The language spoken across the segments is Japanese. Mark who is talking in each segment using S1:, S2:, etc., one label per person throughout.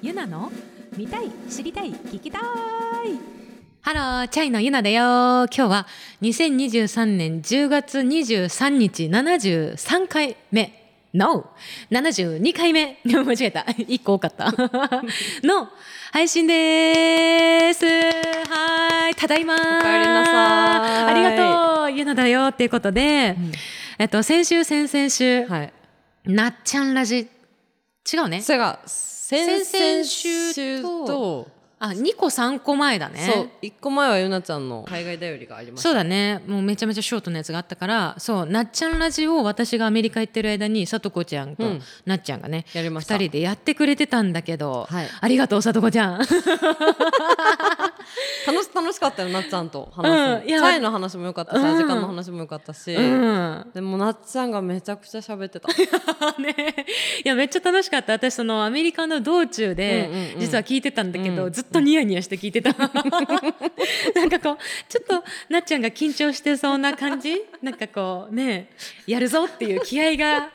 S1: ゆなの見たい知りたい聞きたいハローチャイのゆなだよ今日は2023年10月23日73回目 No!72 回目 間違えた1個多かった の配信ですはいただいまおか
S2: おかえりなさい
S1: ありがとうゆなだよっていうことで、えっと先週先々週、
S2: はい。
S1: なっちゃんラジ違うね
S2: それが先々週
S1: 先々週
S2: と
S1: と、あ2個3個前だね
S2: そう一個前はゆなちゃんの海外だよりがありました。
S1: そうだねもうめちゃめちゃショートのやつがあったからそうなっちゃんラジオを私がアメリカ行ってる間にさとこちゃんと、
S2: うん
S1: なっちゃんがね
S2: やりました
S1: 2人でやってくれてたんだけど、
S2: はい
S1: ありがとうさとこちゃん
S2: 楽し楽しかったよなっちゃんと話すの。
S1: うんい
S2: チ
S1: や
S2: ャイの話も良かったし、
S1: うん
S2: アジカンの話も良かったし、
S1: うん
S2: でもなっちゃんがめちゃくちゃ喋ってた。
S1: ね、いやめっちゃ楽しかった私そのアメリカの道中で、
S2: うんうんうん
S1: 実は聞いてたんだけど、
S2: うん
S1: ずっとニヤニヤして聞いてた なんかこうちょっとなっちゃんが緊張してそうな感じ なんかこうねやるぞっていう気合が、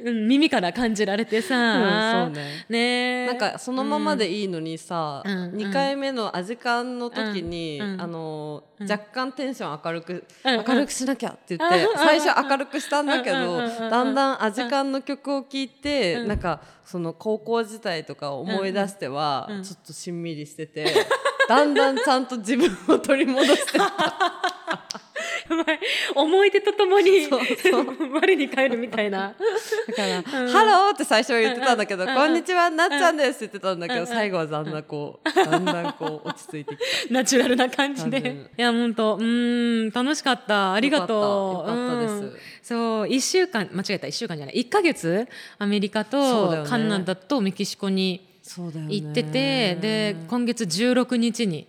S1: うん、耳から感じられてさ、
S2: うんそうね
S1: ね
S2: なんかそのままでいいのにさ、
S1: うんうん
S2: 二回目のアジカンの時に、
S1: うんうん
S2: あのー
S1: うん
S2: 若干テンション明るく、
S1: うんうん
S2: 明るくしなきゃって言っ
S1: うん
S2: て
S1: うん、うん
S2: 最初明るくしたんだけど、
S1: うんうんうんうん
S2: だんだんアジカンの曲を聴いて、
S1: うん
S2: なんかその高校時代とかを思い出しては、
S1: うんうん
S2: ちょっとしんみりしてて、だんだんちゃんと自分を取り戻してた
S1: やばい思い出とともに
S2: そうそ
S1: 我に返るみたいな。
S2: だから、ハローって最初は言ってたんだけど、こんにちはなっちゃんですって言ってたんだけど、
S1: うんうん
S2: 最後はだんだんこうだんだんこう落ち着いてきて。
S1: ナチュラルな感じ
S2: 感
S1: で。いや、本当、うーん、楽しか った。ありがとう。
S2: よかったよかった
S1: う
S2: で
S1: んそう、一週間、間違えた、一週間じゃない、一ヶ月。アメリカ
S2: そうだよ
S1: と
S2: ね
S1: カナダとメキシコに
S2: そうだよね
S1: 行ってて、で、今月16日に。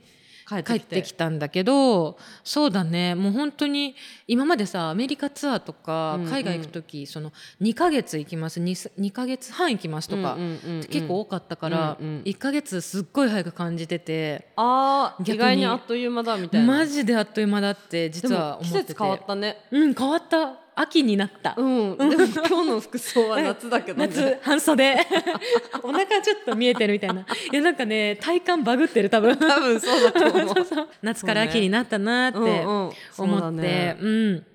S2: 帰って
S1: 帰っ
S2: きて
S1: てきたんだけどそうだねもう本当に今までさアメリカツアーとか
S2: うんうん
S1: 海外行く時、その2ヶ月行きます 2, 2ヶ月半行きますとか、
S2: うんうんうんうん
S1: 結構多かったから、
S2: うんうん
S1: 1ヶ月すっごい早く感じてて。
S2: あー
S1: 逆に
S2: 意外にあっという間だみたいな
S1: マジであっという間だって
S2: で
S1: 実は
S2: も
S1: 思
S2: 季
S1: ってて
S2: 節変わったね
S1: うん変わった秋になった、
S2: うんでも今日の服装は夏だけどね
S1: 夏半袖 お腹ちょっと見えてるみたいないやなんかね体感バグってる多分
S2: 多分そうだと思う
S1: 夏から秋になったなって、
S2: うんうんそう
S1: 思
S2: だ
S1: っ
S2: ね
S1: てうん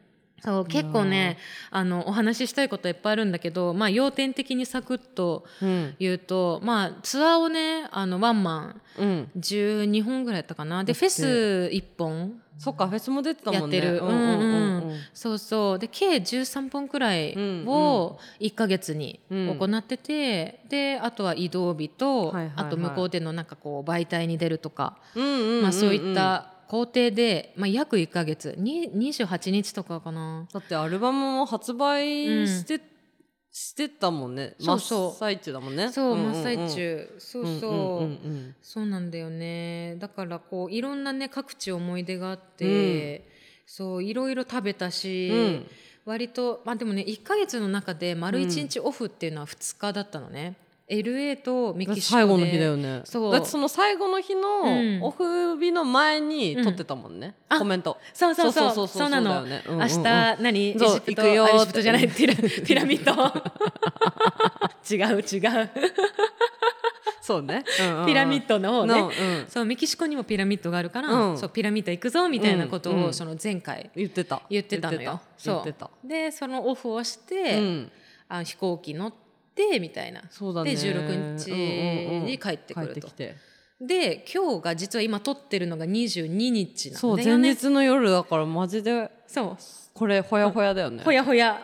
S1: そう結構ねあのお話ししたいこといっぱいあるんだけど、まあ、要点的にサクッと
S2: うん
S1: 言うと、まあ、ツアーをねあのワンマン
S2: うん
S1: 12本ぐらいやったかなで
S2: だっ
S1: フ
S2: て
S1: ェス1本
S2: そっかフェスも出てた
S1: や
S2: も
S1: っ
S2: んね
S1: てる、
S2: う
S1: うんん
S2: う
S1: う
S2: ん
S1: ん
S2: うんうん
S1: そうそうで計13本くらい
S2: うん
S1: を1ヶ月に
S2: うん
S1: 行ってて、であとは移動日と、
S2: はいはいはい
S1: あと向こうでのなんかこう媒体に出るとか、
S2: うんうんうん
S1: まあ、そういった工程で、まあ、約1ヶ月に28日とかかな。
S2: だってアルバムも発売してしてたもんね真
S1: そう
S2: っ
S1: そう
S2: 最中だもんね
S1: そう、
S2: んんん
S1: 真っ最中そうそう,、
S2: んんんん
S1: そうなんだよねだからこういろんなね各地思い出があって、そういろいろ食べたし、
S2: うん
S1: 割とまあでもね1ヶ月の中で丸1日オフっていうのは2日だったのね、LA とメキシコで
S2: 最後の日だよね
S1: そう
S2: だってその最後の日
S1: うん
S2: のオフ日の前に撮ってたもんね、
S1: うんあ
S2: コメント
S1: そうそうそう
S2: そ
S1: そうう
S2: そうそ
S1: な
S2: うそう
S1: の、
S2: だよねうんうんうん
S1: 明日何エジプ
S2: そう
S1: ト
S2: 行くよー
S1: あエジプトじゃないピラピラミッド違う違う
S2: そうね、
S1: ピラミッドの
S2: ド
S1: 方ね、
S2: うんうん、
S1: そうメキシコにもピラミッドがあるから、
S2: うん
S1: そうピラミッド行くぞみたいなことを、
S2: うんうん
S1: その前回
S2: 言ってた
S1: 言ってたのよ。
S2: 言
S1: そ
S2: っ
S1: う
S2: てた
S1: でそのオフをし
S2: 言ってた
S1: て、
S2: うん、
S1: あ飛行機乗ってみたいな。
S2: そうだね
S1: で16日に帰ってくると
S2: 帰ってきて
S1: で今日が実は今撮ってるのが22日な
S2: そ
S1: ん
S2: う
S1: だ
S2: 前
S1: よね。
S2: 日の夜だからマジで
S1: そう
S2: これほやほやだよね
S1: ほやほ や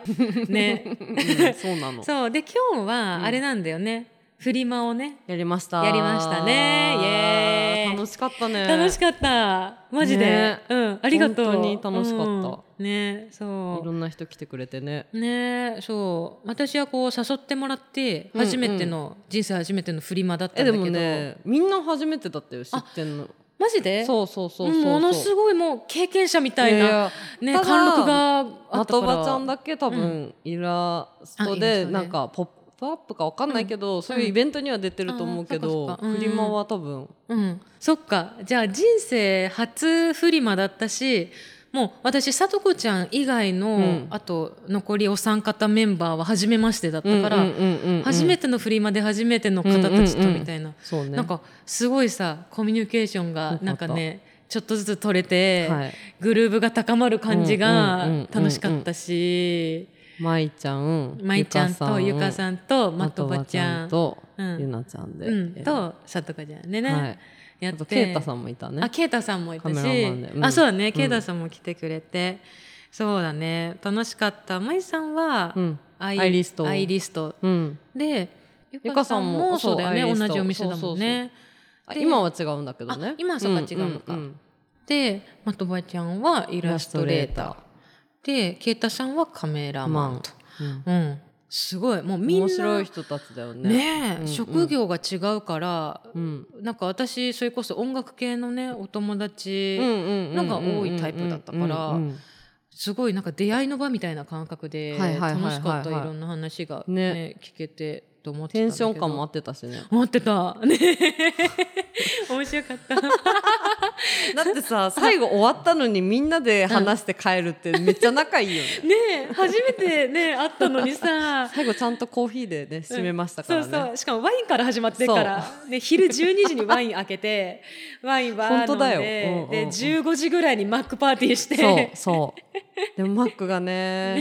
S1: ね。
S2: うんそうなの
S1: そうで今日はあれなんだよね、フリマをね
S2: やりました
S1: やりましたねイエーイ
S2: 楽しかったね
S1: 楽しかったマジで、
S2: ね
S1: うんありがとう
S2: 本当に楽しかった
S1: うんねそう
S2: いろんな人来てくれてね
S1: ねえそう私はこう誘ってもらって
S2: うんうん
S1: 初めての、人生初めてのフリマだった
S2: え
S1: んだ
S2: で
S1: けど
S2: もねみんな初めてだったよ知ってんの
S1: マジで
S2: そうそうそうそうそう
S1: ものす
S2: み
S1: ごいもう経験者みたいなね貫禄があ
S2: ま
S1: った
S2: と
S1: から
S2: ばちゃんだけ多
S1: う
S2: 分イラスト
S1: あイラス
S2: で
S1: トね
S2: なんかポップアップかわかんないけどそういうイベントには出てると思うけ
S1: あ
S2: ど
S1: ーそっかそっかうん
S2: フリマは多分
S1: うんそっかじゃあ人生初フリマだったしもう私さとこちゃん以外の、
S2: うん
S1: あと残りお三方メンバーは初めましてだったから、初め
S2: て
S1: てのフリマで初めての方たちとみたいな、
S2: そうね
S1: なんかすごいさコミュニケーションがなんか
S2: よ
S1: ねちょっとずつ取れて、
S2: はい
S1: グルーブが高まる感じ
S2: う
S1: が
S2: んうんうんうんうん
S1: 楽しかったし、
S2: 舞ちゃん
S1: 舞ちゃんとゆかさんとまとばちゃん
S2: と
S1: うん
S2: ゆなちゃんで
S1: うん、とさとこちゃんでね、
S2: はい
S1: や
S2: あ
S1: っ
S2: と
S1: て
S2: ケイタさんもいたね
S1: あケイタさんもいたし、
S2: カメラマンでうん
S1: あそうだね
S2: うん
S1: ケイタさんも来てくれて、そうだね楽しかったまいさんは、
S2: うん
S1: ア
S2: アイリスト
S1: アイリスト
S2: うん
S1: でゆ
S2: ゆかさんも
S1: そうだよ
S2: そうアイ
S1: ね
S2: リス
S1: 同
S2: ト
S1: じお店だもんね
S2: あ
S1: で
S2: 今は違うんだけど
S1: あ
S2: ね
S1: 今はそうか違うのか
S2: んん
S1: でまとばちゃんはイ
S2: イラ
S1: ラス
S2: スト
S1: ト
S2: レ
S1: レ
S2: ー
S1: ータ
S2: タ
S1: ーでケイタさんはカメラ
S2: ー
S1: マ
S2: マ
S1: ンと、
S2: ンうん
S1: うん、すごいもうみんな
S2: 面白い人たちだよね
S1: ねえ、
S2: うん
S1: 職業が違うから
S2: うん
S1: なんか私それこそ音楽系のねお友達、
S2: な
S1: のが多いタイプだったからすごいなんか出会いの場みたいな感覚で
S2: はいはいは
S1: 楽
S2: いはいはい
S1: しかったいろんな話が
S2: ね
S1: ね聞けてと思ってた
S2: テ
S1: んだけど
S2: ンション感も合ってたしね
S1: 思ってた ね面白かった
S2: だってさ最後終わったのにみんなで話して帰るってめっちゃ仲いいよね
S1: ねえ初めてね会ったのにさ
S2: 最後ちゃんとコーヒーでね締めましたか
S1: そ
S2: ら
S1: う
S2: ね
S1: そうしかもワインから始まってからで昼12時にワイン開け てワインバー飲んで
S2: 本当だようんうんうん
S1: で15時ぐらいにマックパーティーして
S2: そうそう でもマックがね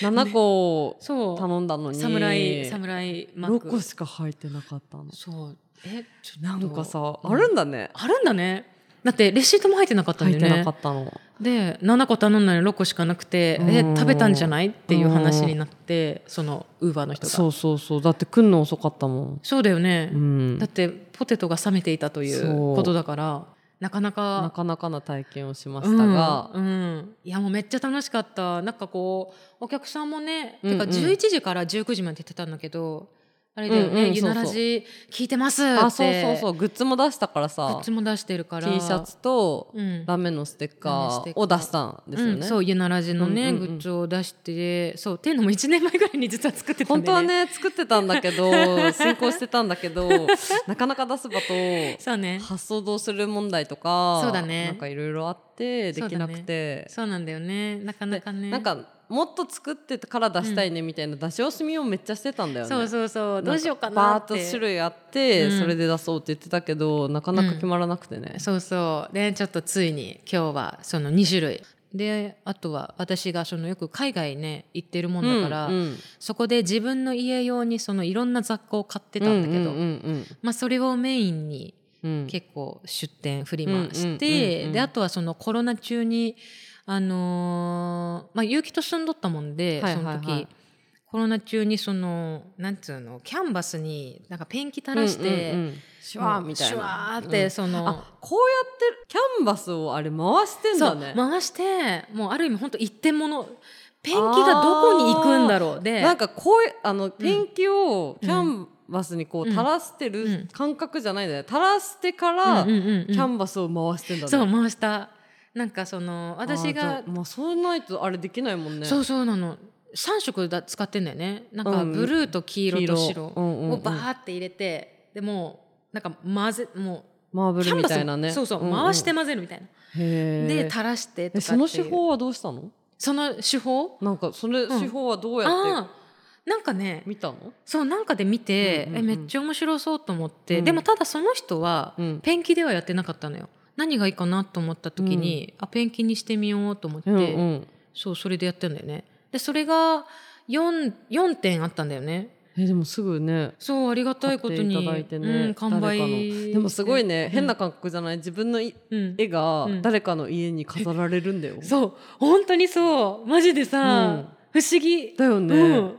S2: 7個
S1: そう
S2: 頼んだのに
S1: 侍侍マッ
S2: 6個
S1: ク
S2: しか入ってなかったの
S1: そうえちょっと
S2: なんかさ
S1: うん
S2: あるんだね
S1: あるんだねだってレシートも入ってなかったん
S2: 入
S1: だよ
S2: って
S1: ね
S2: なかったの
S1: で7個頼んだのに6個しかなくて「え
S2: うん
S1: 食べたんじゃない?」っていう話になってそのウーバーの人が
S2: そ
S1: そう
S2: うそうそうだって来んの遅かったもん
S1: だよね、
S2: うん
S1: だってポテトが冷めていたとい
S2: そう
S1: うことだからなかなか
S2: なかなかな体験をしましたが
S1: うんうんいやもうめっちゃ楽しかったなんかこうお客さんもね、
S2: うんうん
S1: てか11時から19時まで言ってたんだけどあれだよね「
S2: うんうん
S1: ゆならじ聞いてます」って
S2: あそうそうそううグッズも出したから
S1: グ
S2: さ
S1: ッズも出してるから
S2: T シャツと
S1: うん
S2: ラメのステッ
S1: ラメ
S2: カ
S1: ステ
S2: ー
S1: ッカー
S2: を出したんですよ
S1: うん
S2: ね。
S1: そうゆならじのね、
S2: うんうんう
S1: グ
S2: ん
S1: ッズを出してそうっていうのも1年前ぐらいに実は作ってたん
S2: 本
S1: で、
S2: 当はね作ってたんだけど 進行してたんだけどなかなか出す場と
S1: そうね
S2: 発想どうする問題とか
S1: そうだね
S2: なんかいろいろあってできなくて、
S1: そうなんだよねなかなかね
S2: なんかもっと作ってから出したいねみたいな出し惜しみをめっちゃしてたんだよね。
S1: そうそうそうどうしようか
S2: な
S1: なんっ
S2: か
S1: て
S2: バーッと種類あって、
S1: うん
S2: それで出そうって言ってたけどなかなか決まらなくてね、
S1: そうそうでちょっとついに今日はその2種類であとは私がそのよく海外ね行ってるもんだから、
S2: うんうん
S1: そこで自分の家用にそのいろんな雑貨を買ってたんだけど、
S2: うんうん
S1: まあ、それをメインに
S2: うんうん
S1: 結構出店フリマし
S2: うんうんうん
S1: て、
S2: うん
S1: であとはそのコロナ中にあのーまあ結城と住んどったもんで、
S2: はいはいはい
S1: その時コロナ中にそのなんつうのキャンバスになんかペンキ垂らして、
S2: うんうんうんシュワーみたいな
S1: シュワーってその、
S2: あこうやってるキャンバスをあれ回してん
S1: そ
S2: だ
S1: う
S2: ね、
S1: 回してもうある意味本当一点物ペンキがどこに行くんだろうで
S2: なんかこうやあのペンキをキャンバスにこう
S1: うん
S2: 垂らして
S1: う
S2: る
S1: ん
S2: 感覚じゃないんだよね垂らしてから
S1: うん
S2: キ
S1: うんうんうん
S2: ャンバスを回してんだね、
S1: そう回したなんかその
S2: あー
S1: 私
S2: じゃ
S1: が
S2: あまあ、そうないとあれできないもんね
S1: そううそうなの3色だ使ってんだよねなんか
S2: うん
S1: ブルーと黄色と白
S2: 黄色うんうんうん
S1: をバーって入れてでもうなんか混ぜも
S2: マー
S1: う
S2: ブ
S1: キ
S2: ル
S1: ャン
S2: み
S1: バス
S2: たいなね
S1: そうそう、
S2: んん
S1: 回して混ぜるみたいな
S2: へー
S1: で垂らしてとか
S2: え
S1: ってい
S2: そうの手法はどうしたの
S1: その手法
S2: なんかそれ
S1: うん
S2: 手法はどうやって
S1: あーなんかね
S2: 見たの、
S1: そうなんかで見て、
S2: うんうん
S1: え
S2: うん
S1: めっちゃ面白そうと思って、
S2: うん
S1: でもただその人は
S2: うん
S1: ペンキではやってなかったのよ何がいいかなと思った時に、あペンキにしてみようと思って、
S2: うんうん
S1: そうそれでやってんだよねでそれが 4, 4点あったんだよね
S2: えでもすぐね
S1: そうありがたいことに
S2: 買っていただいてね、
S1: うん、完
S2: 誰か
S1: 売
S2: のでもすごい
S1: ね、
S2: ね、変な感覚じゃない自分のい
S1: うん、
S2: 絵が
S1: うん
S2: 誰かの家に飾られるんだよ、
S1: そう本当にそうマジでさ、不思議、
S2: だよね、
S1: うん、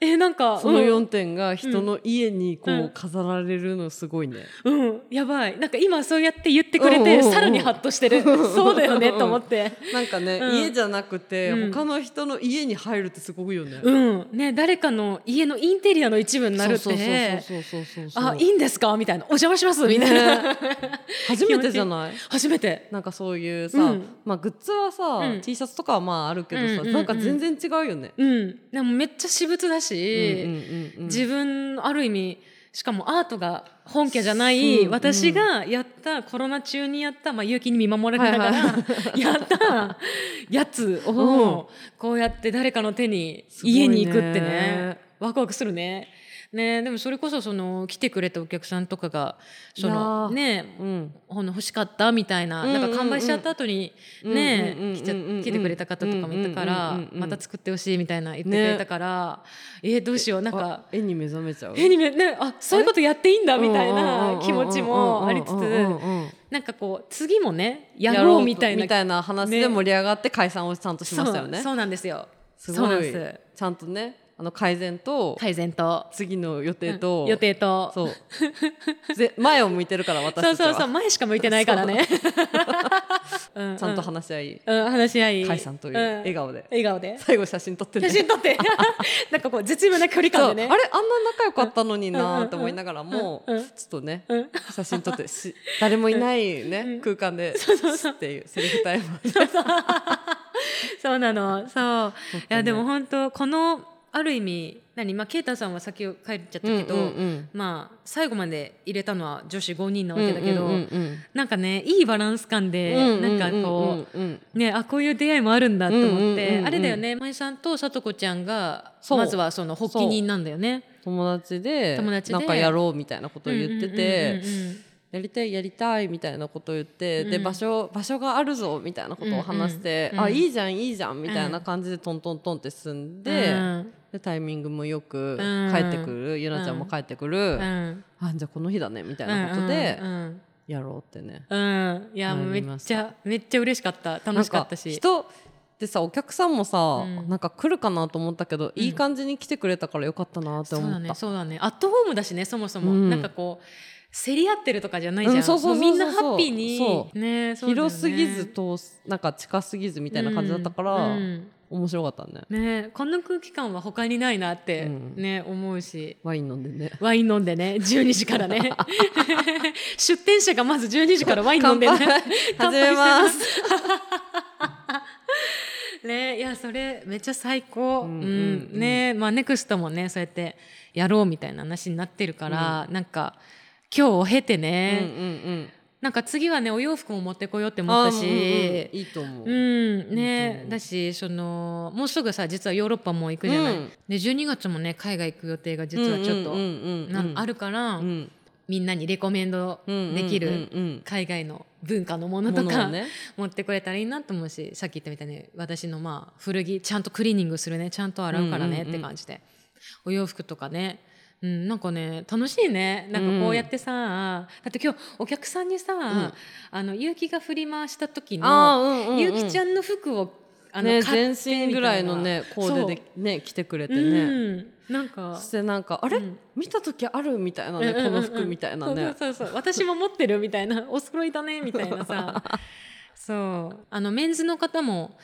S1: えなんか
S2: その
S1: うん
S2: 4点が人の家にこ
S1: う
S2: うん飾られるのすごいね、
S1: うん、やばいなんか今そうやって言ってくれて、
S2: うんうんうん
S1: さらにハッとしてるそうだよねと思って
S2: なんかね、
S1: うん
S2: 家じゃなくて、
S1: うん
S2: 他の人の家に入るってすごいよね、
S1: うんね誰かの家のインテリアの一部になるって
S2: そうそうそうそうそうそ
S1: あ
S2: う
S1: いいんですかみたいなお邪魔しますみたいな、
S2: 初めてじゃない
S1: 初めて
S2: なんかそういうさ、
S1: うん
S2: まあグッズはさ、
S1: うん
S2: T シャツとかはまああるけどさ、
S1: うんうんうん
S2: なんか全然違うよね、
S1: うんでもめっちゃ私物だし、
S2: うんうんうんうん
S1: 自分ある意味しかもアートが本家じゃない、
S2: うん
S1: 私がやったコロナ中にやった、まあ、勇気に見守られながら、
S2: はい
S1: や
S2: は
S1: ったやつ
S2: うん
S1: をこうやって誰かの手に
S2: すごいね
S1: 家に行くってねワクワクするね。ね、でもそれこそその来てくれたお客さんとかがその
S2: いやー
S1: ね
S2: うん
S1: ほんの欲しかったみたいな,、
S2: うんうんうん
S1: なんか完売しちゃった後にね
S2: うんうんうんうん
S1: 来ちゃ来てくれた方とかもいたから、
S2: うんうんうんうん
S1: また作ってほしいみたいな言ってくれたから、えーどうしようなんか
S2: あ絵に目覚めちゃう
S1: えにめねあそういうことやっていいんだ
S2: うんうん
S1: み
S2: うん
S1: た
S2: うんう
S1: い
S2: ん
S1: な気持ちもありつ
S2: うんうん
S1: つ
S2: うんうん
S1: なんかこう次もねや
S2: や
S1: ろ
S2: ろ
S1: う
S2: う
S1: み
S2: み
S1: た
S2: た
S1: い
S2: い
S1: な
S2: な話で盛り上がって解散をちゃんとしましたよ
S1: そ
S2: ね
S1: うそうなんですよ
S2: す
S1: そう
S2: ご
S1: なん
S2: い
S1: です
S2: ちゃんとねあの改善と
S1: 改善と
S2: 次の予定と、
S1: 予定と
S2: そうぜ前を向いてるから私
S1: そう
S2: たちは
S1: そうそう前しか向いてないからねう
S2: ちゃんと話し合い、
S1: うん話し合い
S2: 解散という
S1: うん
S2: 笑顔で
S1: 笑顔で
S2: 最後写真撮って ね
S1: 写真撮ってなんかこう絶妙な距離
S2: そう
S1: 感でね
S2: あれあんな仲良かったのになーって思いながらも、
S1: うんうんうん
S2: ちょっとね、
S1: うん
S2: 写真撮ってし誰もいないね、空間でシっていうセリフタイム
S1: そうなのそう
S2: そうだね
S1: いやでも本当このある意味何まあケイタさんは先を帰っちゃったけど、
S2: うんうんうん
S1: まあ最後まで入れたのは女子5人なわけだけど、
S2: うんうん
S1: なんかねいいバランス感で、
S2: うん
S1: なんかこう。
S2: うんうんうん
S1: ね、あこういう出会いもあるんだと思って、
S2: うんうんうんうん
S1: あれだよねまゆさんとさとこちゃんが
S2: そう
S1: まずはその発起人なんだよね。
S2: 友達で
S1: 友達で
S2: なんかやろうみたいなことを言ってて、
S1: うんうんうんうんうん
S2: やりたいやりたいみたいなことを言って、
S1: う
S2: で
S1: ん
S2: 場所場所があるぞみたいなことを話して、
S1: うんうん
S2: あ
S1: うん
S2: いいじゃんいいじゃんみたいな感じでトントントンって進んで,、
S1: うん
S2: でタイミングもよく
S1: うん
S2: 帰ってくる、ゆなちゃんも帰ってくる、
S1: うん
S2: あじゃあこの日だねみたいなことで
S1: うんうん
S2: やろうってね。
S1: うんうんいや
S2: な
S1: め
S2: り
S1: っ
S2: まし
S1: ちゃめっちゃ嬉しかった楽しかったし
S2: なん人でさお客さんもさ、
S1: うん
S2: なんか来るかなと思ったけど、いい感じに来てくれたからよかったなって
S1: そう
S2: 思
S1: だ
S2: った
S1: ね。そうだねアットホームだしねそもそも、
S2: うん
S1: なんかこう競り合ってるとかじゃないじゃん、
S2: うんそうそうそうそ
S1: も
S2: う
S1: みんなハッピーに
S2: そ
S1: ねそうだよね
S2: 広すぎず遠すなんか近すぎずみたいな感じだったから、
S1: うんうん
S2: 面白かったね
S1: ねこんな空気感は他にないなって、
S2: うん
S1: ね思うし
S2: ワイン飲んでね
S1: ワイン飲んでね12時から ね出店者がまず12時からワイン飲んでね
S2: 乾杯
S1: 乾杯
S2: 始めます
S1: してますねいやそれめっちゃ最高、う
S2: うんんうんうん
S1: ねまあネクストもねそうやってやろうみたいな話になってるから、なんか今日を経て
S2: うん
S1: ね、
S2: うん
S1: なんか次はねお洋服も持ってこようって思ったし、
S2: あーうんうんいいと思
S1: う
S2: う、
S1: ん
S2: いいと
S1: ね
S2: 思う
S1: だしそのもうすぐさ実はヨーロッパも行くじゃない、
S2: うん
S1: で12月もね海外行く予定が実はちょっと、
S2: うんうんうん
S1: な
S2: うん
S1: あるから、
S2: うん
S1: みんなにレコメンド
S2: うん
S1: できる
S2: うんうん
S1: 海外の文化のも
S2: う
S1: の
S2: ん
S1: と
S2: もの
S1: か
S2: をね
S1: 持ってくれたらいいなと思うしさっき言ったみたいに私のまあ古着ちゃんとクリーニングするねちゃんと洗うからね
S2: うんうん
S1: っ
S2: うん
S1: て感じで、お洋服とかねうん、なんかね楽しいねなんかこうやってさ、だって今日お客さんにさ、
S2: ん
S1: あの結城が振り回した時
S2: あ
S1: の
S2: ーうんうんうん
S1: 結城ちゃんの服をあの、
S2: ね
S1: 買
S2: 全
S1: って
S2: 身ぐらいのねコーデでね来てくれて
S1: そう
S2: ね、
S1: うん、なんか
S2: そしてなんかあれ、
S1: うん
S2: 見た時あるみたいなね、
S1: うんうんうんうん
S2: この服みたいなね
S1: そうそうそうそう私も持ってるみたいな お揃いだねみたいな さそうあのメンズの方も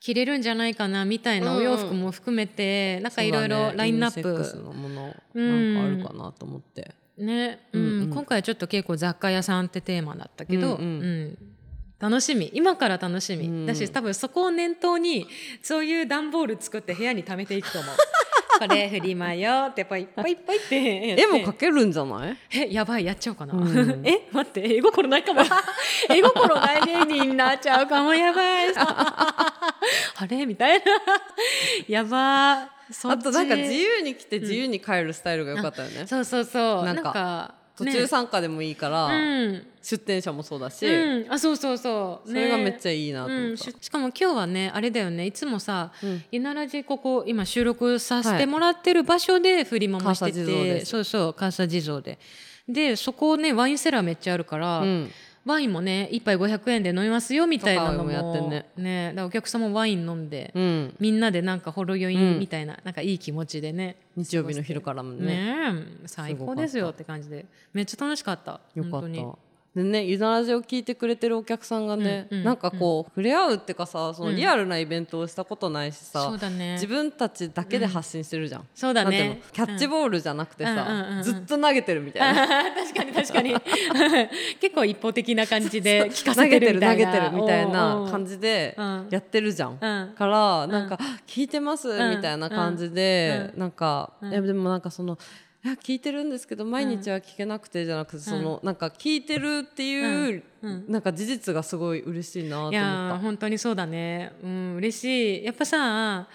S1: 着れるんじゃないかなみたいな
S2: うん
S1: お
S2: うん
S1: 洋服も含めて、なんかいろい
S2: そうだ
S1: ろ
S2: ね
S1: ラインナッ
S2: ユニセックス
S1: プ
S2: のもの
S1: うん
S2: なんかあるかなと思って、
S1: ね、うん
S2: うんうん
S1: 今回はちょっと結構雑貨屋さんってテーマだったけど、
S2: うんうん
S1: うん楽しみ今から楽しみ、
S2: うん
S1: だし多分そこを念頭にそういう段ボール作って部屋に貯めていくと思うこれフリマよってポイポイポイってやっ て
S2: 絵も描けるんじゃない
S1: えやばいやっちゃおうかな、
S2: うん
S1: え待って絵心ないか も絵心ない芸人になっちゃうかもやばい あれみたいな やばーそ
S2: あ
S1: っち
S2: となんか自由に来て自由に帰るスタイルが良かったよね、
S1: そうそうそうな
S2: なんん
S1: か
S2: か途
S1: ね
S2: 中参加でもいいから、
S1: うん、
S2: 出店者もそうだし、
S1: うん、あそうそうそう、
S2: それがめっち
S1: ゃ
S2: ゃいいなと思
S1: う
S2: っ
S1: ん、
S2: た
S1: し、しかも今日はねあれだよねいつもさ、
S2: うん
S1: いならじここ今収録させてもらってる場所でフリマもして
S2: 監査地蔵
S1: て、
S2: です
S1: そうそう監査地蔵ででそこねワインセラーめっちゃあるから、
S2: うん
S1: ワインもね一杯500円で飲みますよみたいなのも
S2: とかもやってん
S1: ね
S2: ね
S1: だからお客さんもワイン飲んで、
S2: うん、
S1: みんなでなんかほろ酔い
S2: うん
S1: みたいな、なんかいい気持ちでね
S2: 日曜日の昼からもね
S1: ねえ最高ですよって感じでめっちゃ楽しかった
S2: よか
S1: 本
S2: っ
S1: 当に
S2: たでねゆならじを聞いてくれてるお客さんがね、
S1: うんうん
S2: なんかこう、触れ合うっていうかさその
S1: うん
S2: リアルなイベントをしたことないしさ、
S1: そうだね
S2: 自分たちだけで発信してるじゃん、
S1: そうだね
S2: なんていうのキャッチボールじゃなくてさ、
S1: うんうんうんうん
S2: ずっと投げてるみたいな、
S1: 確かに確かに 結構一方的な感じで聞かせてるみた
S2: 投
S1: いな
S2: げてる投げてるみたいな感
S1: じ
S2: じで
S1: うん
S2: やってるじゃん、
S1: うん
S2: からなんか、あ聞いてます、みたいな感じで、
S1: うん
S2: なんか、
S1: うん
S2: いやでもなんかそのえいや聞いてるんですけど毎日は聞けなくてじゃなくて、そのなんか聞いてるっていう、
S1: うんうん
S2: なんか事実がすごい嬉しいなと思っ
S1: いやー
S2: た。
S1: 本当にそうだねうん嬉しいやっぱさ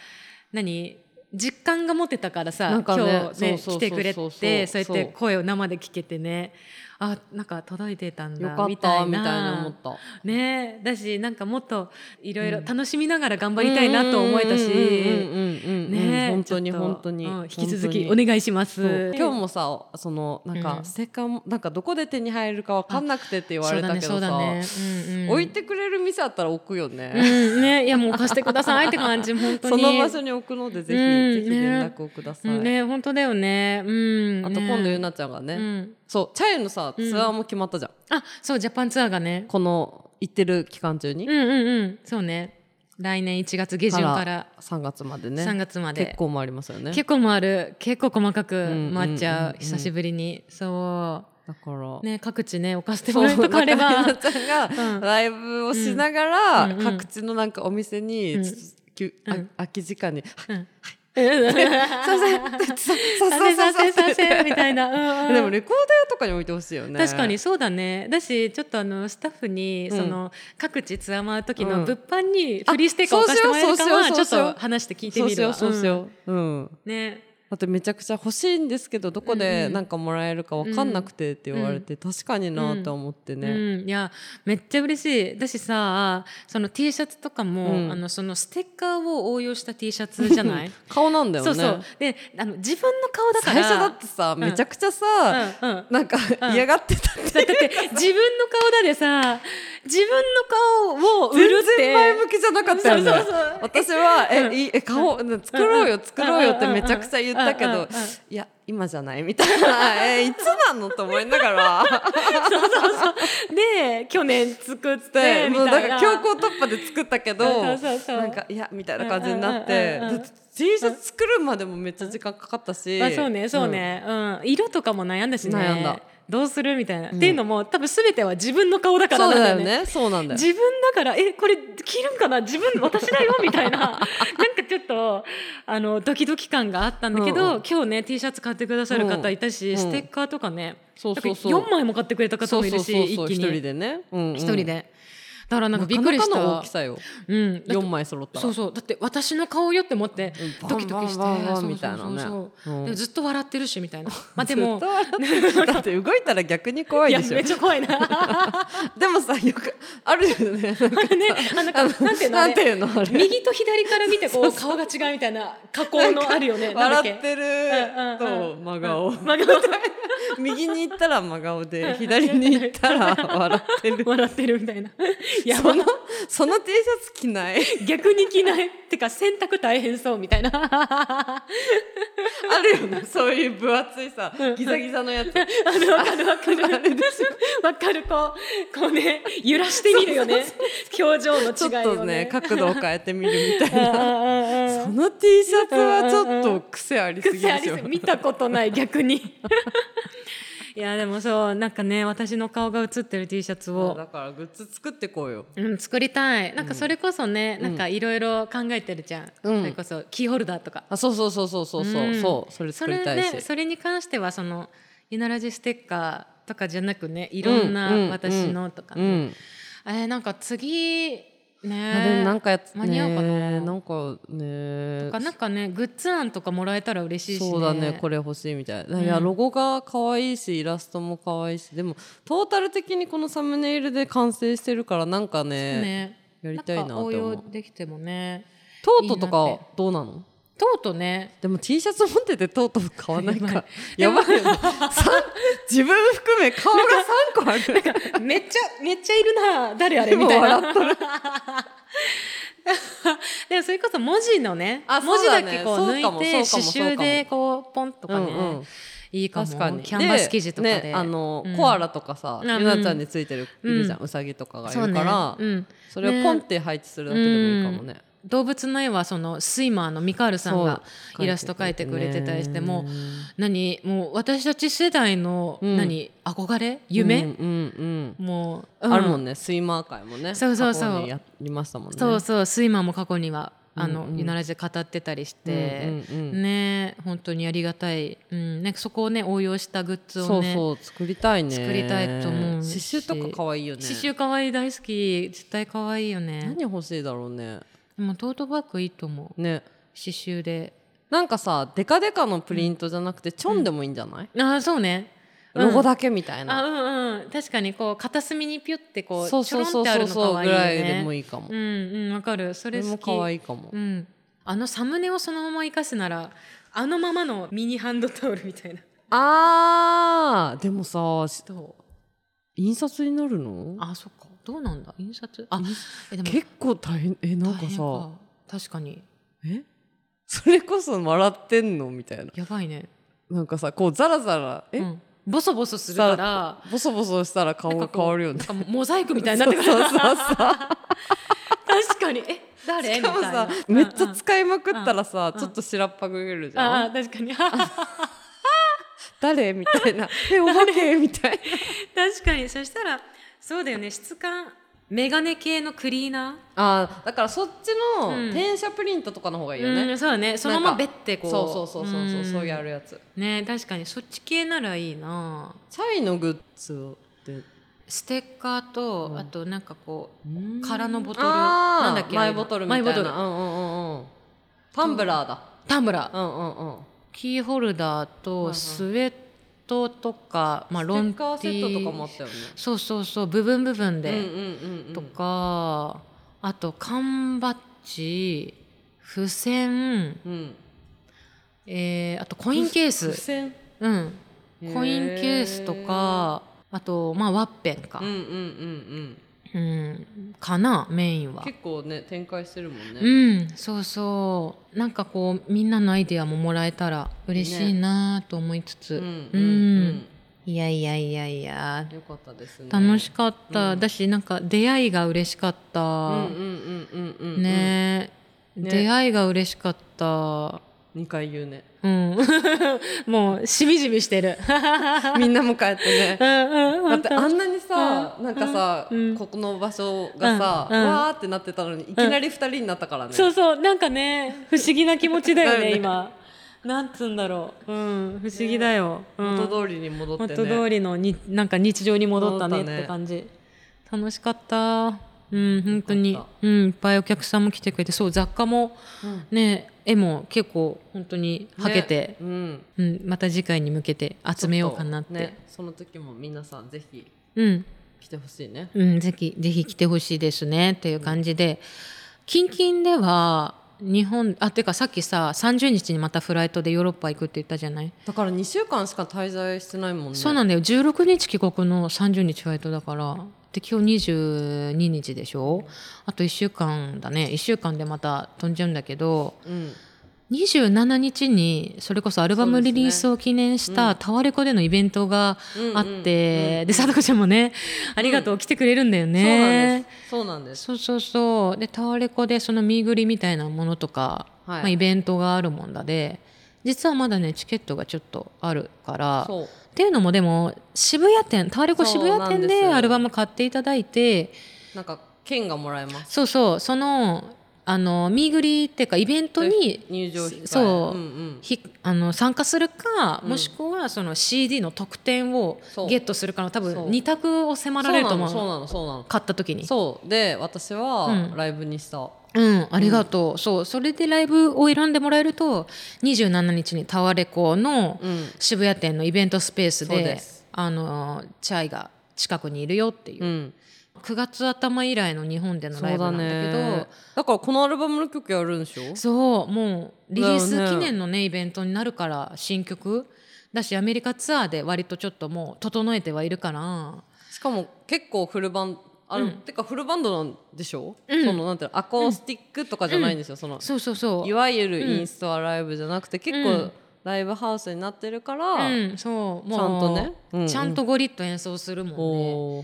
S1: 何実感が持てたからさ、
S2: なん
S1: 今
S2: かね
S1: 日ね
S2: そうそうそうそう
S1: 来てくれてそうやって
S2: そう
S1: 声を生で聞けてねあなんか届いてたん
S2: よ
S1: だ
S2: かっ
S1: みた
S2: た
S1: い
S2: みたい
S1: な
S2: な思った。
S1: ねだしなんかもっといろいろ
S2: うん
S1: 楽しみながら頑張りたいなと思えたし
S2: ね
S1: ね
S2: 本当に
S1: ちょっと
S2: 本当に
S1: うん引き続きお
S2: 本当に
S1: 願いしま
S2: そう
S1: す
S2: 今日もさそのなんか、
S1: うん
S2: ステッカーもなんかどこで手に入るかわかんなくてって言われたけ
S1: そ
S2: ど
S1: う
S2: さ、
S1: だねそうだねうんうん
S2: 置いてくれる店あったら置くよね。
S1: うんねいやもう貸してくださいって感じ本当
S2: そ
S1: に
S2: の場所に置くのでぜひ、
S1: うん
S2: ぜひ連絡をください。
S1: うんね本当だよねうん
S2: あと
S1: ね
S2: 今度ゆなちゃんがね、
S1: うん
S2: そうチャイのさ
S1: うん
S2: ツアーも決まったじゃん、
S1: あそうジャパンツアーがね
S2: この行ってる期間中に、
S1: うんうんうんそうね来年1月下旬から
S2: 3月までね
S1: 3月まで、
S2: 結構もありますよね
S1: 結構もある結構細かく回っち
S2: うんうん
S1: ゃう,、
S2: うんうん
S1: 久しぶりにそ
S2: だから
S1: うね各地ね置かせて
S2: そ
S1: も
S2: う
S1: らえたかあれば
S2: なん かゆなちゃんが
S1: うん
S2: ライブをしながら、
S1: うんうんうん
S2: 各地のなんかお店に、
S1: うん
S2: ちょっときゅあ
S1: うん
S2: 空き時間に「
S1: うんうん
S2: させさ
S1: させさせさ
S2: せ
S1: せみたいな、うんうん
S2: でもレコーダーとかに置いてほしいよね
S1: 確かにそうだねだしちょっとあのスタッフに
S2: うん
S1: その各地ツアー回る時
S2: う
S1: の
S2: ん
S1: 物販にフリーステッカーを貸してもらえるか
S2: そうし
S1: は
S2: よ
S1: ち
S2: うそ
S1: ょっ
S2: うしよう
S1: と話して聞いて
S2: そう
S1: み
S2: し
S1: る
S2: よう
S1: わ
S2: そうしよううん
S1: うんね
S2: だってめちゃくちゃ欲しいんですけどどこ
S1: うん
S2: で
S1: うん
S2: なんかもらえるかわかんなくてって言われて、確かになと思ってね、
S1: うん、いやめっちゃ嬉しいだしさその T シャツとかも、
S2: うん
S1: あのそのステッカーを応用した T シャツじゃ ない、
S2: 顔なんだよね
S1: そうそうであの自分の顔だか
S2: 最
S1: ら
S2: 初だってさ、
S1: ん
S2: めちゃくちゃさ、
S1: うんうん
S2: なんか、
S1: ん
S2: 嫌がってたって
S1: だって自分の顔だでさ自分の顔を売
S2: 全
S1: るって
S2: 然前向きじゃなかったよ
S1: そ
S2: ね
S1: うそうそう
S2: 私は「えいいえ顔作ろうよ作ろうよ」って
S1: うんうんうん
S2: めちゃくちゃ言ったけ
S1: うんうんう
S2: ど
S1: ん
S2: 「いや今じゃない」みたいな「 えいつなの?」と思いながら
S1: で去年作 って
S2: で
S1: み
S2: もう
S1: た
S2: ないん
S1: な
S2: か強行突破で作ったけど
S1: そうそうそう
S2: なんか「いや」みたいな感じになって
S1: うんうんうんうん
S2: だって T シャツ作るまでもめっちゃ時間かかったし
S1: まあ、そうねそうね、うん色とかも悩んだしね
S2: 悩んだ
S1: どうするみたいな、っていうのも多分全ては自分の顔だ
S2: うん
S1: からな
S2: そうん
S1: だ
S2: だ
S1: よ
S2: よ
S1: ね
S2: ねそうなんだよ
S1: 自分だからえこれ着るんかな自分私だよみたい ななんかちょっとあのドキドキ感があったんだけど、
S2: うんうん
S1: 今日ね T シャツ買ってくださる方いたし、
S2: うん
S1: ステッカーとかね
S2: そうそうそう
S1: 4枚も買ってくれた方
S2: そう
S1: もい
S2: そう
S1: る
S2: そ
S1: し
S2: うそう一
S1: 一気に
S2: 人でね一
S1: 一人でだからなんかびっくりした
S2: なかなかの大きさよ
S1: うん、だって
S2: 4枚揃ったら
S1: そうそうだって私の顔よって思って
S2: うん
S1: ドキドキして
S2: バンバン
S1: そうそうそうそ
S2: バンバン
S1: う
S2: みたいなねうん
S1: でもずっと笑ってるしみたいな まあで
S2: でも
S1: も
S2: だって動いたら逆に怖
S1: い
S2: い
S1: や
S2: でしょ
S1: めっちゃ怖いな
S2: でもさよくあるよ ねなんか
S1: ねあなんかなんていうのあ
S2: なんて
S1: れ
S2: いうのあれ
S1: 右と左から見てこう顔が違うみたいな加工のあるよねなんだ
S2: 笑ってる
S1: うんうん
S2: と真顔
S1: っけ真顔
S2: 右に行ったら真顔で左に行ったら笑ってる
S1: 笑ってるみたいない や
S2: そのその T シャツ着ない
S1: 逆に着ないってか洗濯大変そうみたいな あ
S2: あるよねそういう分厚いさギザギザのやつ
S1: のわかるわかる
S2: あれでしょ
S1: わかるこうこうね揺らしてみるよね表情
S2: ちょ
S1: の
S2: っ
S1: 違いを
S2: とね角度を変えてみるみたいなそ
S1: そ
S2: の T シャツはちょっと癖ありすぎ
S1: 癖あ
S2: で
S1: り
S2: しょ
S1: す見たことない逆 にいやでもそうなんかね私の顔が写ってる T シャツを、
S2: だからグッズ作ってこうよ
S1: うん、作りたいなんかそれこそね、なんかいろいろ考えてるじゃん、
S2: うん
S1: それこそキーホルダーとか
S2: あそうそうそうそうそうそう、
S1: ん
S2: そうそれ作りたいし
S1: それ,、ね、それに関してはその「ゆならじステッカー」とかじゃなくねいろん
S2: うんう
S1: なん私のとか
S2: う
S1: ね、
S2: ん、
S1: えーなんか次
S2: あで
S1: ね
S2: もなんかやつ、ね、
S1: 間に合うかな
S2: なんかね
S1: なんかなんかねグッズ案とかもらえたら嬉しいし、ね、
S2: そうだねこれ欲しいみたいな、
S1: ん
S2: いやロゴが可愛いしイラストも可愛いしでもトータル的にこのサムネイルで完成してるからなんかね
S1: ね
S2: やりたいなと
S1: んか応
S2: 思
S1: 用
S2: う
S1: できてもね
S2: トートと
S1: いいなっ
S2: か
S1: て
S2: どうなの
S1: とうとうね
S2: でも T シャツ持っててトート買わないかや
S1: や
S2: ば
S1: ば
S2: いよねさん自分含め顔が3個あ る
S1: めっちゃめっちゃいるな誰あれ
S2: 今
S1: みたい
S2: 笑
S1: なでもそれこそ文字のね
S2: あ
S1: 文
S2: そ
S1: 字
S2: うだ
S1: だ
S2: ね
S1: けこう
S2: そう
S1: 抜
S2: かも
S1: いて
S2: そう
S1: 刺
S2: かもそう
S1: 繍
S2: かも
S1: でこうポンとかね、
S2: うんうん
S1: いいかも
S2: 確かに
S1: キャンバス生地とかで
S2: であの、
S1: うん
S2: コアラとかさ
S1: うん
S2: ゆなちゃんについてる、
S1: うん
S2: いるじゃんうさぎとかがい
S1: そう
S2: る
S1: ね
S2: からそ,、
S1: うん
S2: れを
S1: ね
S2: ポンって配置するだけでもいいかもね
S1: 動物の絵はそのスイマーのミカールさんが
S2: そう
S1: イラスト描いてくれてたりしてもう
S2: ね
S1: 何もう私たち世代の、
S2: うん
S1: 何憧れ
S2: うん
S1: 夢、
S2: うん
S1: もう、
S2: うんあるも
S1: ね
S2: んねスイマー界もね
S1: そうそうそう
S2: 過去にやりましたもんね
S1: そうそうスイマーも過去にはあの、
S2: うんうん
S1: ユナラジで語ってたりして、
S2: うんうんうん
S1: ね本当にありがたい、うん、なんかそこをね応用したグッズ
S2: そ
S1: を
S2: う
S1: ね
S2: そう作りたいね
S1: 作りたいと思う
S2: 刺
S1: し
S2: 繍とか可愛いよね
S1: 刺繍可愛い大好き絶対可愛いよね
S2: 何欲しいだろうね
S1: でもトートバッグいいと思う
S2: ね
S1: 刺繍で
S2: なんかさデカデカのプリントじゃなくてちょんでもいいんじゃない、
S1: ああそうねうん
S2: ロゴだけみたい
S1: あ
S2: な、
S1: うんうん確かにこう片隅にピュってこう
S2: そうそうそう
S1: ちょろん
S2: そう
S1: ってあるの可愛い
S2: そうぐ
S1: よ
S2: ら
S1: ね
S2: いでもいいかも、
S1: うんうんわかるそ
S2: そ
S1: れ
S2: れ
S1: 好
S2: も
S1: き
S2: 可愛いかも、
S1: うん、あのサムネをそのまま生かすならあのままのミニハンドタオルみたいな
S2: あーでもさし
S1: どう
S2: 印刷になるの
S1: あそっかどうなんだ印刷あ
S2: 印
S1: えでも
S2: 結構大変えなんか
S1: 大変
S2: さ
S1: 確かに
S2: えそれこそ笑ってんのみたいな
S1: やばいね
S2: なんかさこうザラザラえ、
S1: うん、ボソボソするから
S2: ボソボソしたら顔
S1: なん
S2: が
S1: かこう
S2: 変わるよね
S1: なんかモザイクみたいになってくる
S2: そうそうそう
S1: 確かにえ誰
S2: しかも
S1: みたいな
S2: さ
S1: うん
S2: めっちゃ
S1: うん
S2: 使いまくったらさ
S1: うん
S2: ちょっと白っぱぐれるじ
S1: あ
S2: ゃ
S1: あ
S2: ん
S1: 確かに 確
S2: 誰みたいな えお化けみたい
S1: かにそしたらそうだよね質感メガネ系のクリーナ
S2: なあだからそっち
S1: うん
S2: の転写プリントとかの方がいい
S1: ー
S2: よね
S1: うんそうだねそのままべってこう
S2: そうそうそうそうそうそうや
S1: る
S2: るやつ
S1: ね確かにそっち系ならいいな
S2: チャイのグッズって
S1: ステッカーと、
S2: うん
S1: あとなんかこう
S2: うん
S1: 空のボトル
S2: あー
S1: なんだっけあ
S2: マ
S1: れ
S2: イボトルみたいな
S1: マイボトル
S2: うんうんうんうんタンブラーだ
S1: タンブラー
S2: うんうんうん
S1: キーホルダー
S2: はい
S1: と
S2: はい
S1: スウェットとか、まあ、ロン
S2: ステッカーセットとかもあっ
S1: ティー
S2: たよね
S1: そうそうそう部分部分
S2: うんう
S1: で、
S2: んうんうん
S1: とかあと缶バッジ付箋、
S2: うん
S1: えーあとコインケー
S2: 付
S1: ス、
S2: 箋
S1: うん、コインケースとかあと、まあ、ワッペンか
S2: うんう、んうん
S1: うん、かなメイン
S2: うん
S1: は。
S2: 結構ね展開してるもんね
S1: うん、そうそうなんかこうみんなのアイディアももらえたら嬉しいなと思いつつ、
S2: うん
S1: う
S2: うんん
S1: いやいやいやいや
S2: うん、よかったですね。
S1: 楽しかった、
S2: うん
S1: だしなんか出会いが嬉しかった、
S2: うんうんうんうんうん。
S1: ねえ
S2: ね
S1: 出会いが嬉しかった
S2: 二回言うね。
S1: うん もうしみじみしてる
S2: みんなも帰って ね
S1: う。んうん本
S2: だって
S1: 当
S2: あんなにさ、
S1: うん
S2: なんかさ、
S1: うん
S2: ここの場所がさ、
S1: うんうん
S2: わーってなってたのにいきなり二人になったからね。
S1: そうそうなんかね不思議な気持ちだよね
S2: だよね
S1: 今なんつうんだろううん不思議だよ、うん
S2: 元通りに戻ってね。
S1: 元通りのになんか日常に戻ったねっ
S2: 戻ったね
S1: て感じ、楽しかったうん本当に
S2: よかっ
S1: うんいっぱいお客さんも来てくれてそう雑貨も
S2: うん
S1: ね絵も結構本当にはけて、
S2: ねうん。
S1: うん、また次回に向けて集めようかなって、
S2: ちょっとね、その時も皆さんぜひ
S1: うん、
S2: 来てほしいね。
S1: うん、ぜひぜひ来てほしいですねっていう感じで近々では日本あてかさっきさ30日にまたフライトでヨーロッパ行くって言ったじゃない、
S2: だから二週間しか滞在してないもんね。
S1: そうなんだよ16日帰国の30日フライトだからで今日22日でしょあと1週間だね1週間でまた飛んじゃうんだけど
S2: うん。
S1: 27日にそれこそアルバムリリースを記念したタワレコでのイベントがあって、でさとこちゃんもねありがとう、来てくれるんだよね。
S2: そうなんです。
S1: そうそうそうでタワレコでその見ぐりみたいなものとか、
S2: はい
S1: まあ、イベントがあるもんだで実はまだねチケットがちょっとあるから
S2: そうなんです。そう。
S1: っていうのもでも渋谷店タワレコ
S2: そう
S1: 渋谷店
S2: なんで
S1: ですアルバム買っていただいて
S2: なんか券がもらえます。
S1: そうそうそのあのミーグリっていうかイベントに
S2: 入場費
S1: そう
S2: うんうん、
S1: ひあの参加するか、
S2: うん
S1: もしくはその CD の特典を
S2: そう
S1: ゲットするかの多分
S2: そう
S1: 2択を迫られると思う
S2: そうなのそうなのそうなの
S1: 買った時に
S2: そうで私
S1: うん
S2: はライブにした、
S1: うん、ありがとう、そうそれでライブを選んでもらえると27日にタワレコの
S2: うん
S1: 渋谷店のイベントスペースで
S2: そうです
S1: あのチャイが近くにいるよっていう、
S2: うん、
S1: 9月頭以来の日本での
S2: そう
S1: ライブな
S2: だ
S1: んだけ
S2: ね
S1: ど
S2: だからこのアルバムの曲やるんでしょ
S1: そうもうリリー
S2: だよ
S1: ス
S2: ね
S1: 記念のねイベントになるから新曲だしアメリカツアーで割とちょっともう整えてはいるから
S2: しかも結構フルバンあの、てかフルバンドなんでしょ、
S1: うん
S2: そのなんていうのアコースティックとかじゃないんですよ、その
S1: そうそうそう
S2: いわゆるインストアライブじゃなくて結
S1: う
S2: 構
S1: ん
S2: ライブハウスになってるから、
S1: うん、そうもう
S2: ちゃんとねうんうん
S1: ちゃんとゴリッと演奏するもんね。
S2: おー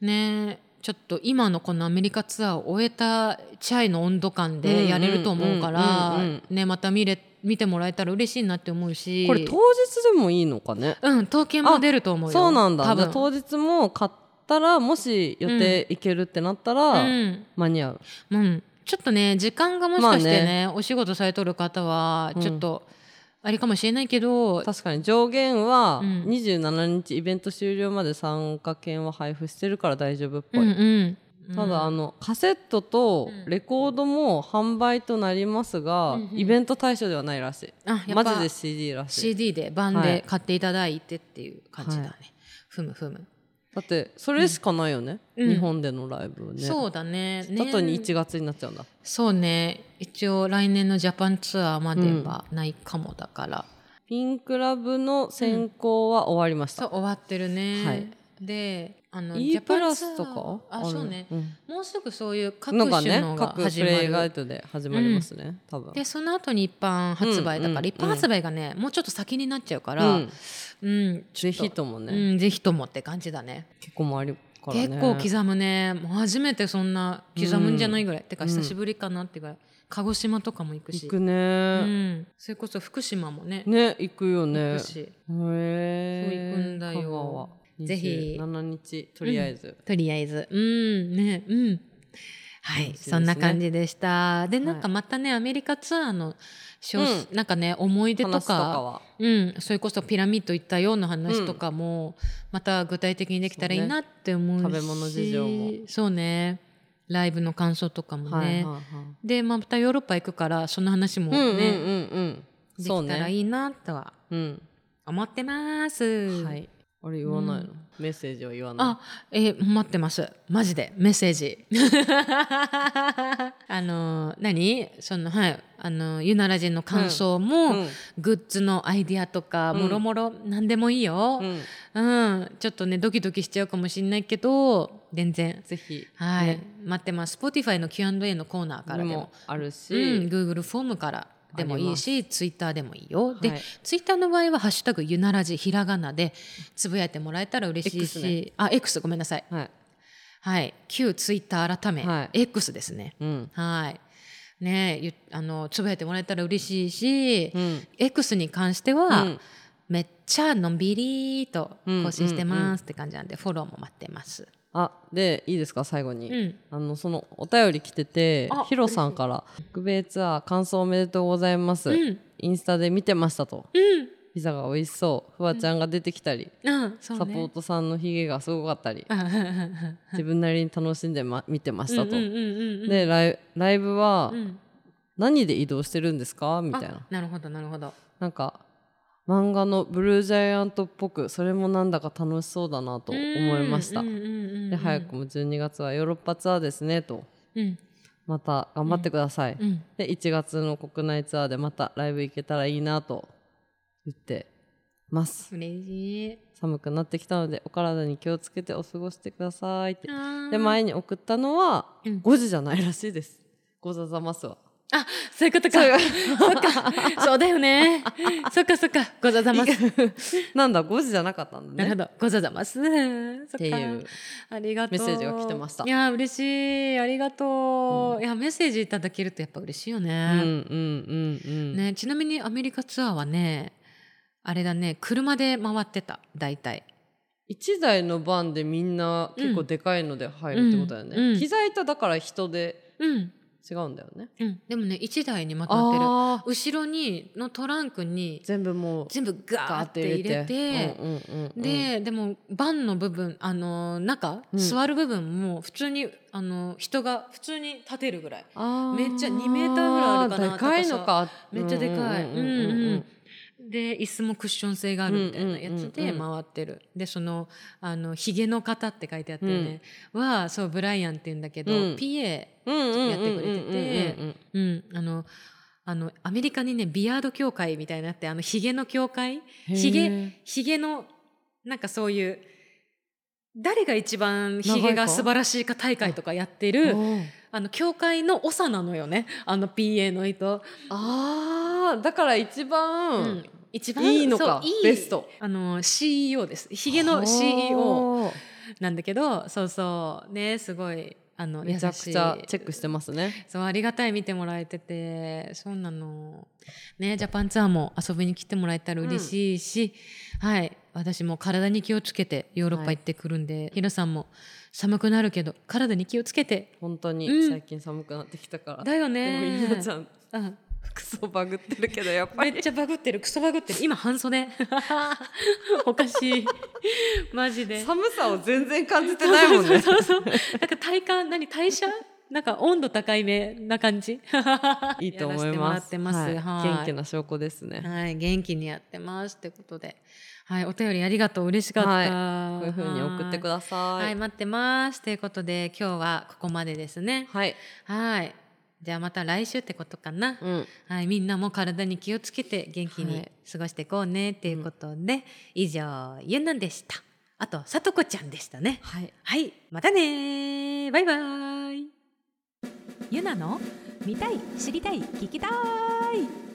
S1: ねちょっと今のこのアメリカツアーを終えたチャイの温度感
S2: うんうん
S1: でやれると思うから
S2: うんうん
S1: ねまた見れ見てもらえたら嬉しいなって思うし
S2: これ当日でもいいのかね
S1: うん統計も出ると思うよ
S2: そうなんだ
S1: 多
S2: じゃあ
S1: 分
S2: 当日も買ったらもし予定行けるってなったら、
S1: うん
S2: 間に合う
S1: うん、ちょっとね時間がもしかしてね,、
S2: まあ
S1: お仕事されとる方は
S2: うん
S1: ちょっと、あれかもしれないけど
S2: 確かに上限は
S1: うん
S2: 27日イベント終了まで参加券は配布してるから大丈夫っぽ
S1: うん
S2: い、
S1: うん、
S2: ただあ
S1: の
S2: のカセットと
S1: うん
S2: レコードも販売となりますが、
S1: うんうん
S2: イベント対象ではないらしい
S1: あやっ
S2: マ
S1: ぱ
S2: ジで CD らしい
S1: CD で版
S2: は
S1: で
S2: い
S1: 買っていただいてっていう感じだね、
S2: は
S1: ふむふむ、
S2: だってそれしかないよね、
S1: うん
S2: 日本でのライブはね
S1: そうだね
S2: だとに
S1: 年
S2: 1月になっちゃうんだ
S1: そうね一応来年のジャパンツアーまではないかもだから、
S2: ピンクラブの選考は終わりまし
S1: そう
S2: た、
S1: 終わってるね、
S2: はい
S1: であの
S2: E プラス
S1: ジャ
S2: と
S1: パンツアー
S2: か
S1: あそうね、
S2: ん
S1: もうすぐそういう各
S2: のが
S1: 種
S2: ね
S1: のが
S2: 各
S1: 始
S2: プ
S1: まる
S2: レイガイドで始まりますね、多分
S1: でその後に一般発売だから、
S2: うんうん
S1: 一般発売がねもうちょっと先になっちゃうから、
S2: う
S1: うんんちょ
S2: ぜ
S1: っと
S2: ひともね、
S1: うん、ぜひともって感じだね
S2: 結構もありからね
S1: 結構刻むねもう初めてそんな刻むんじゃないぐらい、てか
S2: うん
S1: 久しぶりかなってぐらい鹿児島とかも行くし
S2: 行く
S1: う
S2: ね、
S1: ん、それこそ福島もね
S2: ね行くよね
S1: 行
S2: へ
S1: くし
S2: え
S1: そう行くんだよぜひ
S2: 7日とりあえず、
S1: とりあえずうんねうんはい、
S2: 楽しみですね
S1: そんな感じでしたで
S2: い
S1: なんかまたねアメリカツアーの、しょ
S2: う
S1: なんかね思い出と
S2: 話
S1: か
S2: とかは
S1: うん、それこそピラミッド行ったような話とかも、また具体的にできたらいいなって思うし
S2: そうね食べ物事情も
S1: そうねライブの感想とかもね、
S2: はいはいはい、
S1: でまたヨーロッパ行くからその話も
S2: う
S1: ね、
S2: んうんうんうん
S1: で
S2: そう
S1: きたら
S2: ね
S1: いいなとは
S2: うん
S1: 思ってます、
S2: はいあれ言わないの、
S1: う
S2: メッセージは言わない
S1: あえー待ってますマジでメッセージ あのー何そのはいあのーゆならじの感想も、
S2: うん
S1: グッズのアイディアとか
S2: うん
S1: もろもろ何でもいいよ、
S2: うん
S1: うん、ちょっとねドキドキしちゃうかもしれないけど全然
S2: ぜひ
S1: はい、
S2: ね
S1: 待ってます Spotify の Q&A のコーナーからで
S2: に
S1: も
S2: もあるし、
S1: うん、Google フォームからでもいいし Twitter でもいいよ、で
S2: はい
S1: ツイッターの場合は「ハッシュタグゆならじひらがな」でつぶやいてもらえたら嬉しいし、
S2: X
S1: あ X ごめんなさい
S2: はい
S1: はい旧ツイッター改め、
S2: は
S1: X ですね
S2: うん
S1: はいねえゆあのつぶやいてもらえたら嬉しいし、
S2: うん
S1: X に関しては、
S2: うん
S1: めっちゃのんびりと更新して
S2: うんうんう
S1: ま
S2: ん
S1: すって感じなんで、フォローも待ってます。
S2: あでいいですか最後に、
S1: うん、
S2: あのそのお便り来てて
S1: あ
S2: ヒロさんから「北米ツアー感想おめでとうございます」
S1: うん
S2: インスタで見てました」と
S1: うん、
S2: 「ピザが美味しそう」「フワちゃんが出てきたり」
S1: うん、そう
S2: サポー
S1: ね。
S2: トさんのヒゲがすごかったり
S1: サポ
S2: 自分なりに楽しんで、ま、見てましたと。
S1: うんうんうんうん、
S2: でライライブは
S1: うん、
S2: 何で移動してるんですかみたいな
S1: あなるほど、なるほど。
S2: なんか漫画のブルージャイアントっぽくそれもなんだか楽しそうだなと思いました
S1: うんう。んうんうん、
S2: で早くも12月はヨーロッパツアーですねと
S1: うん、
S2: また頑張ってください、
S1: うん、
S2: で1月の国内ツアーでまたライブ行けたらいいなと言ってます
S1: 嬉しい。
S2: 寒くなってきたのでお体に気をつけてお過ごしてくださいって
S1: あー
S2: で前に送ったのは
S1: うん
S2: 5時じゃないらしいですござざますわ
S1: あ、そういうことか。そっか、そうだよ ね。そっか、そっか、ござざます。
S2: なんだ5時じゃなかったん
S1: な
S2: だ
S1: るほ
S2: ね
S1: ど、ござざます。っ
S2: っていう
S1: ありがとう。
S2: メッセージが来てました
S1: いや、嬉しい。ありがとう。いや、メッセージいただけるとやっぱ嬉しいよ
S2: うんうん
S1: ね。
S2: うんうん、
S1: ね、ちなみにアメリカツアーはね、あれだね、車で回ってた、大体。
S2: 1台のバンでみんな結構でかいので入るってことだよね、
S1: うんうん
S2: 機材とだから人で
S1: うん。
S2: 違うんだよね
S1: うん。でもね、1台にまとまってる。
S2: ああ
S1: 後ろに、のトランクに、
S2: 全部もう
S1: 全部ガーって入れて、
S2: うんうんうん、
S1: で、でもバンの部分あの中、
S2: うん
S1: 座る部分も普通にあの人が普通に立てるぐらい
S2: あ
S1: めっちゃ2メーターぐらいあるかな
S2: でかいのか
S1: めっちゃでかい。
S2: う
S1: うんん
S2: う
S1: うんん
S2: うんう
S1: う
S2: ん
S1: んで椅子もクッション性があるみたいなやつ
S2: うんうん
S1: で
S2: うんう
S1: 回ってる、でその「あのひげの方」って書いてあってね、はそうブライアンって言うんだけど、
S2: うん
S1: PA、
S2: うんうん
S1: やってくれてて
S2: うんうんうんうん
S1: うん、あのあのアメリカにねビアード協会みたいなのあってあのひげの協会ひ
S2: へ
S1: げ
S2: ー
S1: ひげのなんかそういう誰が一番ひ
S2: 長
S1: げ
S2: いか
S1: が素晴らしいか大会とかやってる
S2: うん
S1: あの協会の長なのよねあの PA の人、
S2: あーだから一
S1: う
S2: 番
S1: ん、一番
S2: いいのか、
S1: そういい
S2: ベスト
S1: あの CEO ですひげの CEO なんだけどそうそうねすごいあの
S2: めちゃくちゃチェックして
S1: ま
S2: ますね。
S1: すそうありがたい見てもらえててそうなのねジャパンツアーも遊びに来てもらえたら嬉しいし、はい私も体に気をつけてヨーロッパ行ってくるんで、ヒロさんも寒くなるけど体に気をつけて
S2: 本当に
S1: うん
S2: 最近寒くなってきたから。
S1: だよね
S2: でもゆなちゃん
S1: うん
S2: 服装バグってるけどやっぱ
S1: め
S2: り
S1: っちゃバグってるクソバグってる今半 袖おかしいマジで
S2: 寒さを全然感じてないもんね。
S1: そうそうそうそうなんか体感何代謝なんか温度高いめな感じ
S2: いいと思
S1: やらせ
S2: い
S1: てもら
S2: ま
S1: っ
S2: す。
S1: てます、
S2: はい
S1: はい
S2: 元気な証拠ですね。
S1: はい、元気にやってますってことで、はい、お便りありがとう嬉しかった、
S2: はいこういう風に送ってく
S1: さ
S2: ださ
S1: はい
S2: い。
S1: 待ってますということで今日はここまでですね
S2: はい。
S1: はいじゃあまた来週ってことかな、
S2: うん。
S1: はい、みんなも体に気をつけて元気
S2: は
S1: に
S2: い
S1: 過ごしていこうねっていうことで、以上ゆんなんでしたあとさとこちゃんでしたね
S2: はい。
S1: はいまたねーバイバーイゆなの見たい知りたい聞きたい